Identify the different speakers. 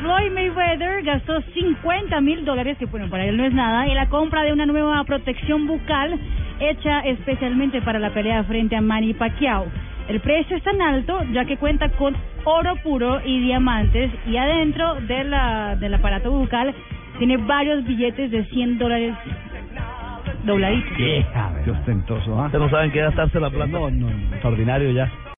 Speaker 1: Floyd Mayweather gastó 50 mil dólares, que bueno, para él no es nada, en la compra de una nueva protección bucal hecha especialmente para la pelea frente a Manny Pacquiao. El precio es tan alto ya que cuenta con oro puro y diamantes y adentro de la, del aparato bucal tiene varios billetes de 100 dólares dobladitos.
Speaker 2: Qué ostentoso, ¿ah?
Speaker 3: Ustedes no saben qué gastarse la plata.
Speaker 2: No, no, no.
Speaker 3: Extraordinario ya.